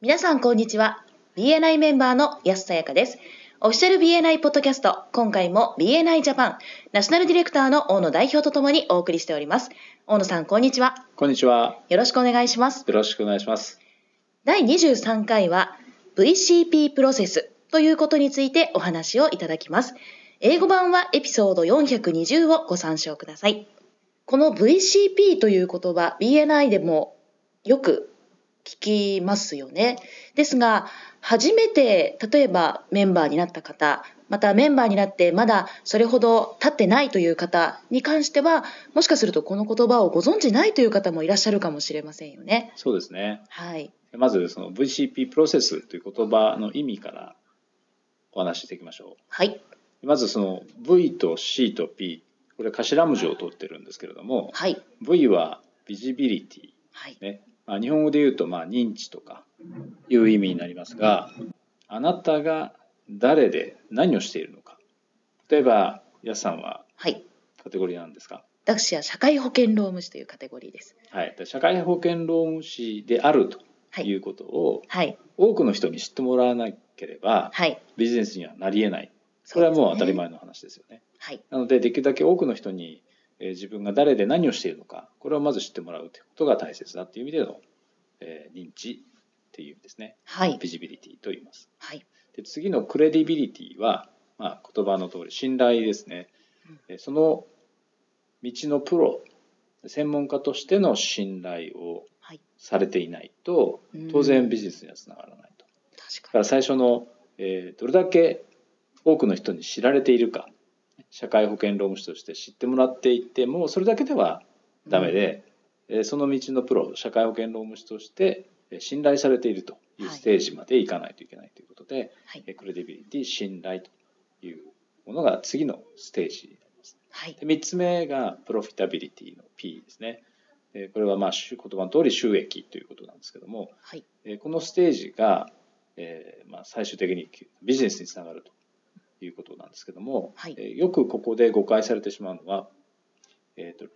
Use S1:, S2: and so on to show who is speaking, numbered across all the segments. S1: 皆さんこんにちは BNI メンバーの安さやかですオフィシャル BNI ポッドキャスト今回も BNI ジャパンナショナルディレクターの大野代表とともにお送りしております大野さんこんにちは
S2: こんにちは。
S1: よろしくお願いします
S2: よろしくお願いします。
S1: 第23回は VCP プロセスということについてお話をいただきます。英語版はエピソード420をご参照ください。この VCP という言葉、BNI でもよく聞きますよね。ですが、初めて例えばメンバーになった方、またメンバーになってまだそれほど経ってないという方に関しては、もしかするとこの言葉をご存じないという方もいらっしゃるかもしれませんよね。
S2: そうですね。
S1: はい。
S2: まずその VCP プロセスという言葉の意味からお話ししていきましょ
S1: はい。
S2: う。まずその V と C と P、これ頭文字を取ってるんですけれども、
S1: はい。
S2: V はビジビリテ
S1: はい
S2: ィ、。ね。まあ、日本語で言うとまあ認知とかいう意味になりますが、あなたが誰で何をしているのか。例えば、やすさんは
S1: はい。
S2: カテゴリーなんですか
S1: 私は社会保険労務士というカテゴリーです。
S2: はい。で社会保険労務士であると
S1: はいい。
S2: うことを、
S1: はい。
S2: 多くの人に知ってもらわなければ
S1: はい。
S2: ビジネスにはなり得ないこれはもう当た
S1: そうですね。
S2: り前の話ですよね
S1: はい。
S2: なのでできるだけ多くの人にえー自分が誰で何をしているのかこれをまず知ってもらうということが大切だっていう意味でのえー認知っていう意味ですね
S1: はい。
S2: ビジビリティと言います
S1: はい。
S2: で次のクレディビリティは、まあ、言葉の通り信頼ですねえーその道のプロ専門家としての信頼を
S1: はい
S2: されていないと
S1: うん
S2: 当然ビジネスにはつながらないとだ
S1: 確
S2: か
S1: から
S2: 最初の、えーどれだけ多くの人に知られているか社会保険労務士として知ってもらっていってもそれだけでは
S1: に。
S2: ダメ。で、えーその道のプロ社会保険労務士としてえー信頼されているという
S1: はい
S2: ステージまでいかないといけないということで、
S1: はい
S2: え。ークレディビリティ信頼というものが次のステージになります。
S1: はい。
S2: で3つ目がプロフィタビリティの P ですね。えーこれはまあしゅ言葉の通り収益ということなんですけども、
S1: はい。
S2: えーこのステージが、えーまあ、最終的にビジネスにつながるということなんですけども、
S1: はい
S2: えーよくここで誤解されてしまうのは、えーと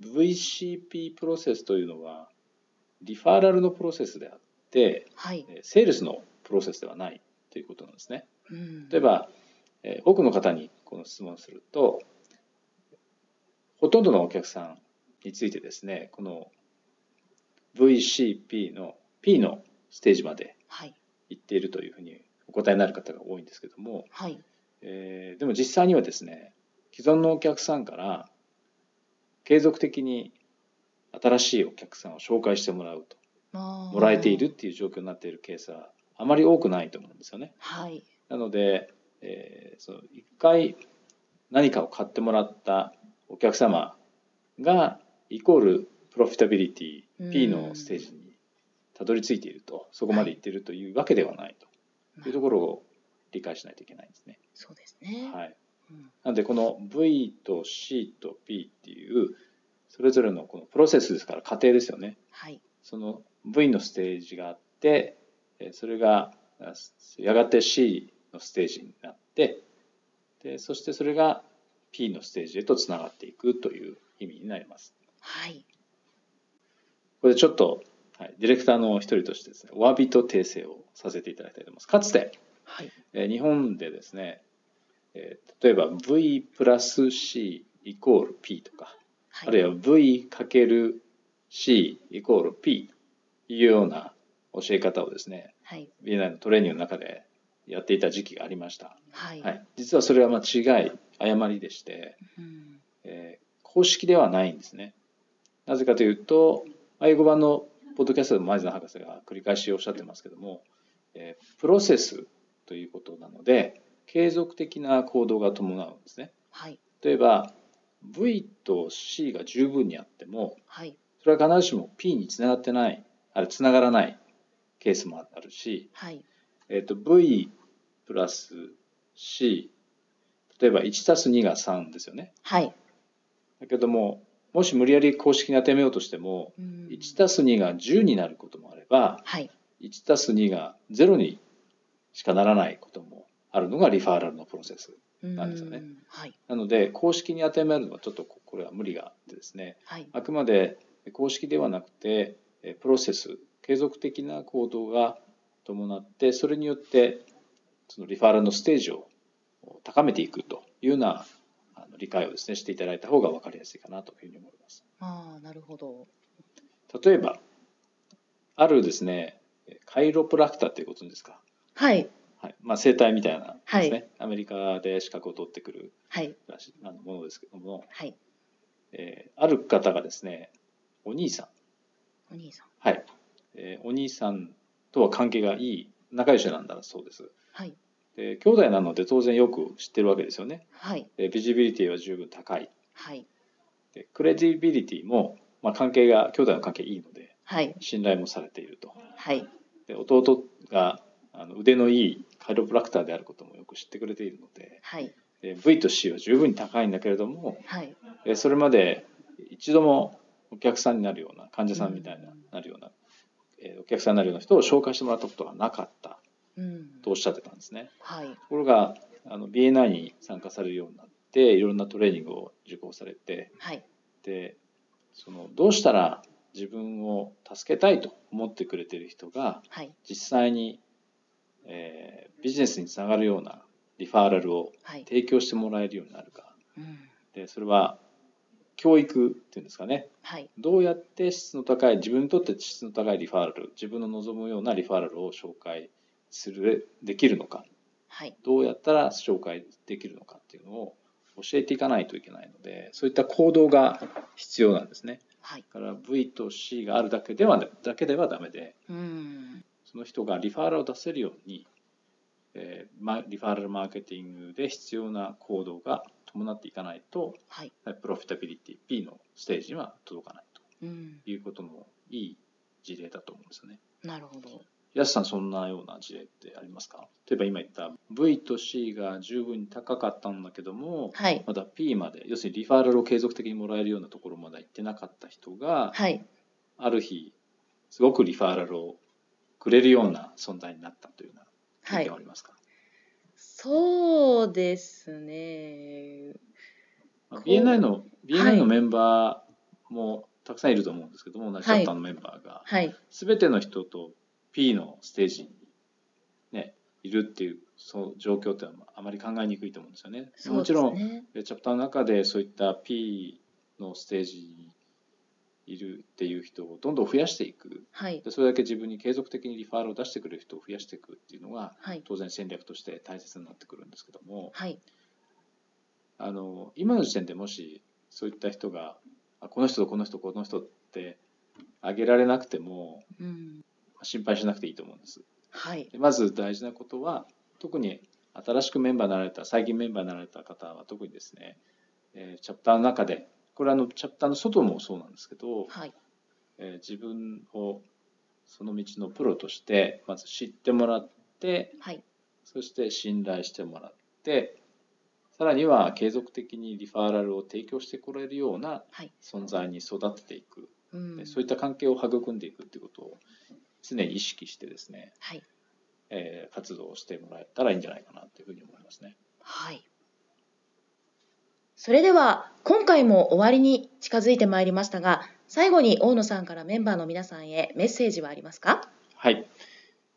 S2: VCP プロセスというのはリファーラルのプロセスであって、
S1: はい。
S2: えーセールスのプロセスではないということなんですね。
S1: うん
S2: 例えば、えー多くの方にこの質問をするとほとんどのお客さんについてですねこの VCP の P のステージまで
S1: はい。
S2: 行っているというふうにお答えになる方が多いんですけども、
S1: はい。
S2: えーでも実際にはですね既存のお客さんから継続的に新しいお客さんを紹介してもらうと
S1: も
S2: もらえている。っていう状況になっているケースはあまり多くないと思うんですよね。
S1: はい。
S2: なので、えーその一回何かを買ってもらったお客様がイコールプロフィタビリテ
S1: うん
S2: ィ P のステージにたどり着いているとそこまでいっているというわけではない
S1: まあ
S2: というところを理解しないといけないんですね。
S1: そうですね。
S2: はい、
S1: うん
S2: なのでこの V と C と P っていうそれぞれのこのプロセスですから過程ですよね。
S1: はい。
S2: その V のステージがあってえーそれがあやがて C のステージになってでそしてそれが P のステージへとつながっていくという意味になります。
S1: はい。
S2: これでちょっと、はい、ディレクターの一人としてですねお詫びと訂正をさせていただきたいと思います。かつて、
S1: はい。
S2: えー日本でですね、えー例えば V プラス C イコール P とかあるいは V×C イコール P というような教え方をですね、
S1: はい。
S2: BNI のトレーニングの中でやっていた時期がありました。
S1: はい。
S2: はい、実はそれは間違い、誤りでして、
S1: うん
S2: えー公式ではないんですね。なぜかというと、英語版のポッドキャストでも前津博士が繰り返しおっしゃってますけども、えープロセスということなので、継続的な行動が伴うんですね。
S1: はい。
S2: 例えば、V と C が十分にあっても、
S1: はい。
S2: それは必ずしも P につながってない、あれ、つながらないケースもあるし、
S1: はい。
S2: えっと V プラス C、例えば1たす2が3ですよね。
S1: はい。
S2: だけども、もし無理やり公式に当てめようとしても、
S1: うん
S2: 1たす2が10になることもあれば、
S1: はい。
S2: 1たす2が0にしかならないこともあるのがリファーラルのプロセス。なんですよね
S1: う。はい。
S2: なので、公式に当てはめるのはちょっとここれは無理があってですね、
S1: はい。
S2: あくまで公式ではなくてえプロセス継続的な行動が伴ってそれによってそのリファーラルのステージを高めていくというようなあの理解をですねしていただいた方が分かりやすいかなというふうに思います。
S1: ああなるほど
S2: 例えばあるですねカイロプラクターっていうことですか、
S1: はい
S2: はいまあ、生体みたいなですね、
S1: は
S2: アメリカで資格を取ってくる
S1: はい
S2: らしいあのものですけども、
S1: はい
S2: えーある方がですねお兄さん
S1: お兄さん
S2: はい、えーお兄さんとは関係がいい仲良しなんだそうです
S1: はい
S2: で兄弟なので当然よく知ってるわけですよね
S1: はい
S2: でビジビリティは十分高い
S1: はい
S2: でクレディビリティも、まあ、関係が兄弟の関係いいので
S1: はい
S2: 信頼もされていると
S1: はい
S2: で弟があの腕のいいカイロプラクターであることもよく知ってくれているので
S1: はい
S2: で V と C は十分に高いんだけれども
S1: はい
S2: でそれまで一度もお客さんになるような患者さんみたいな、
S1: うん
S2: なるような、えーお客さんになるような人を紹介してもらったことがなかった
S1: うん
S2: とおっしゃってたんですね
S1: はい
S2: ところがあの BNI に参加されるようになっていろんなトレーニングを受講されて
S1: はい
S2: でそのどうしたら自分を助けたいと思ってくれている人が
S1: はい
S2: 実際に、えービジネスにつながるようなリファーラルを
S1: はい
S2: 提供してもらえるようになるか
S1: うん
S2: でそれは教育っていうんですかね
S1: はい
S2: どうやって質の高い自分にとって質の高いリファーラル自分の望むようなリファーラルを紹介するできるのか
S1: はい
S2: どうやったら紹介できるのかっていうのを教えていかないといけないのでそういった行動が必要なんですね
S1: はい
S2: だから V と C があるだけではだけではダメで
S1: うん
S2: その人がリファーラルを出せるように、えーまリファーラルマーケティングで必要な行動が伴っていかないと
S1: はい
S2: プロフィタビリティ P のステージには届かない
S1: うん
S2: ということのいい事例だと思うんですよね。
S1: なるほど
S2: やすさんそんなような事例ってありますか例えば今言った V と C が十分に高かったんだけども
S1: はい
S2: まだ P まで要するにリファーラルを継続的にもらえるようなところまで行ってなかった人が
S1: はい
S2: ある日すごくリファーラルをくれるような存在になったというような
S1: は
S2: 経
S1: い
S2: 験はありますか、
S1: そうですね
S2: まあ
S1: こう
S2: BNI の BNI
S1: は
S2: の
S1: い
S2: メンバーもたくさんいると思うんですけども同じチャプターのメンバーが
S1: はい
S2: 全ての人と P のステージに、ね、いるっていうそう状況ってのはあまり考えにくいと思うんですよね。
S1: そう
S2: も
S1: で
S2: ち
S1: す
S2: ろん
S1: ね
S2: えチャプターの中でそういった P のステージにいるっていう人をどんどん増やしていく
S1: はい
S2: でそれだけ自分に継続的にリファールを出してくれる人を増やしていくっていうのが
S1: はい
S2: 当然戦略として大切になってくるんですけども
S1: はい
S2: あの今の時点でもしそういった人があこの人とこの人この人って挙げられなくても
S1: うん
S2: 心配しなくていいと思うんです。
S1: はい
S2: でまず大事なことは特に新しくメンバーになられた最近メンバーになられた方は特にですね、えーチャプターの中でこれはあのチャプターの外もそうなんですけど、
S1: はい
S2: えー自分をその道のプロとしてまず知ってもらって
S1: はい
S2: そして信頼してもらってさらには継続的にリファーラルを提供してこれるような
S1: はい
S2: 存在に育てていく、
S1: うん
S2: でそういった関係を育んでいくっていうことを常に意識してですね
S1: はい
S2: えー活動をしてもらえたらいいんじゃないかなというふうに思いますね。
S1: はい。それでは今回も終わりに近づいてまいりましたが、最後に大野さんからメンバーの皆さんへメッセージはありますか？
S2: はい、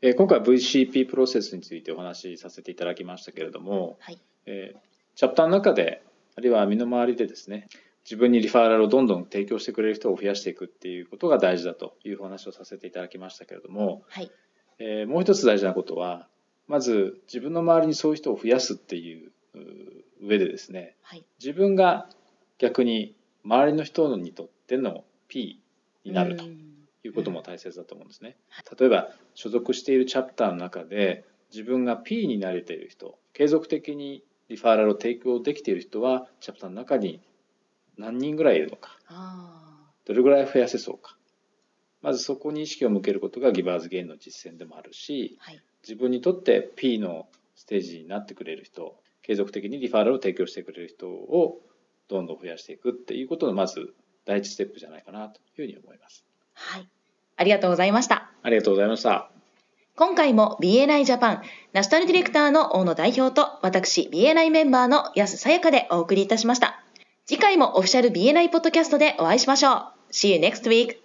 S2: えー今回 VCP プロセスについてお話しさせていただきましたけれども、
S1: はい
S2: えーチャプターの中であるいは身の回りでですね自分にリファーラルをどんどん提供してくれる人を増やしていくっていうことが大事だというお話をさせていただきましたけれども、
S1: はい
S2: えーもう一つ大事なことはまず自分の周りにそういう人を増やすっていううー上でですね
S1: はい
S2: 自分が逆に周りの人にとっての P になると
S1: うん
S2: いうことも大切だと思うんですね。例えば所属しているチャプターの中で自分が P になれている人継続的にリファーラルを提供できている人はチャプターの中に何人ぐらいいるのか
S1: あ
S2: どれぐらい増やせそうかまずそこに意識を向けることがギバーズゲインの実践でもあるし
S1: ーはい
S2: 自分にとって P のステージになってくれる人継続的にリファーラルを提供してくれる人をどんどん増やしていくっていうことのまず第一ステップじゃないかなというふうに思います。
S1: はい。ありがとうございました。
S2: ありがとうございました。
S1: 今回も BNI ジャパンナショナルディレクターの大野代表と私 BNI メンバーの安さやかでお送りいたしました。次回もオフィシャル BNI ポッドキャストでお会いしましょう。See you next week!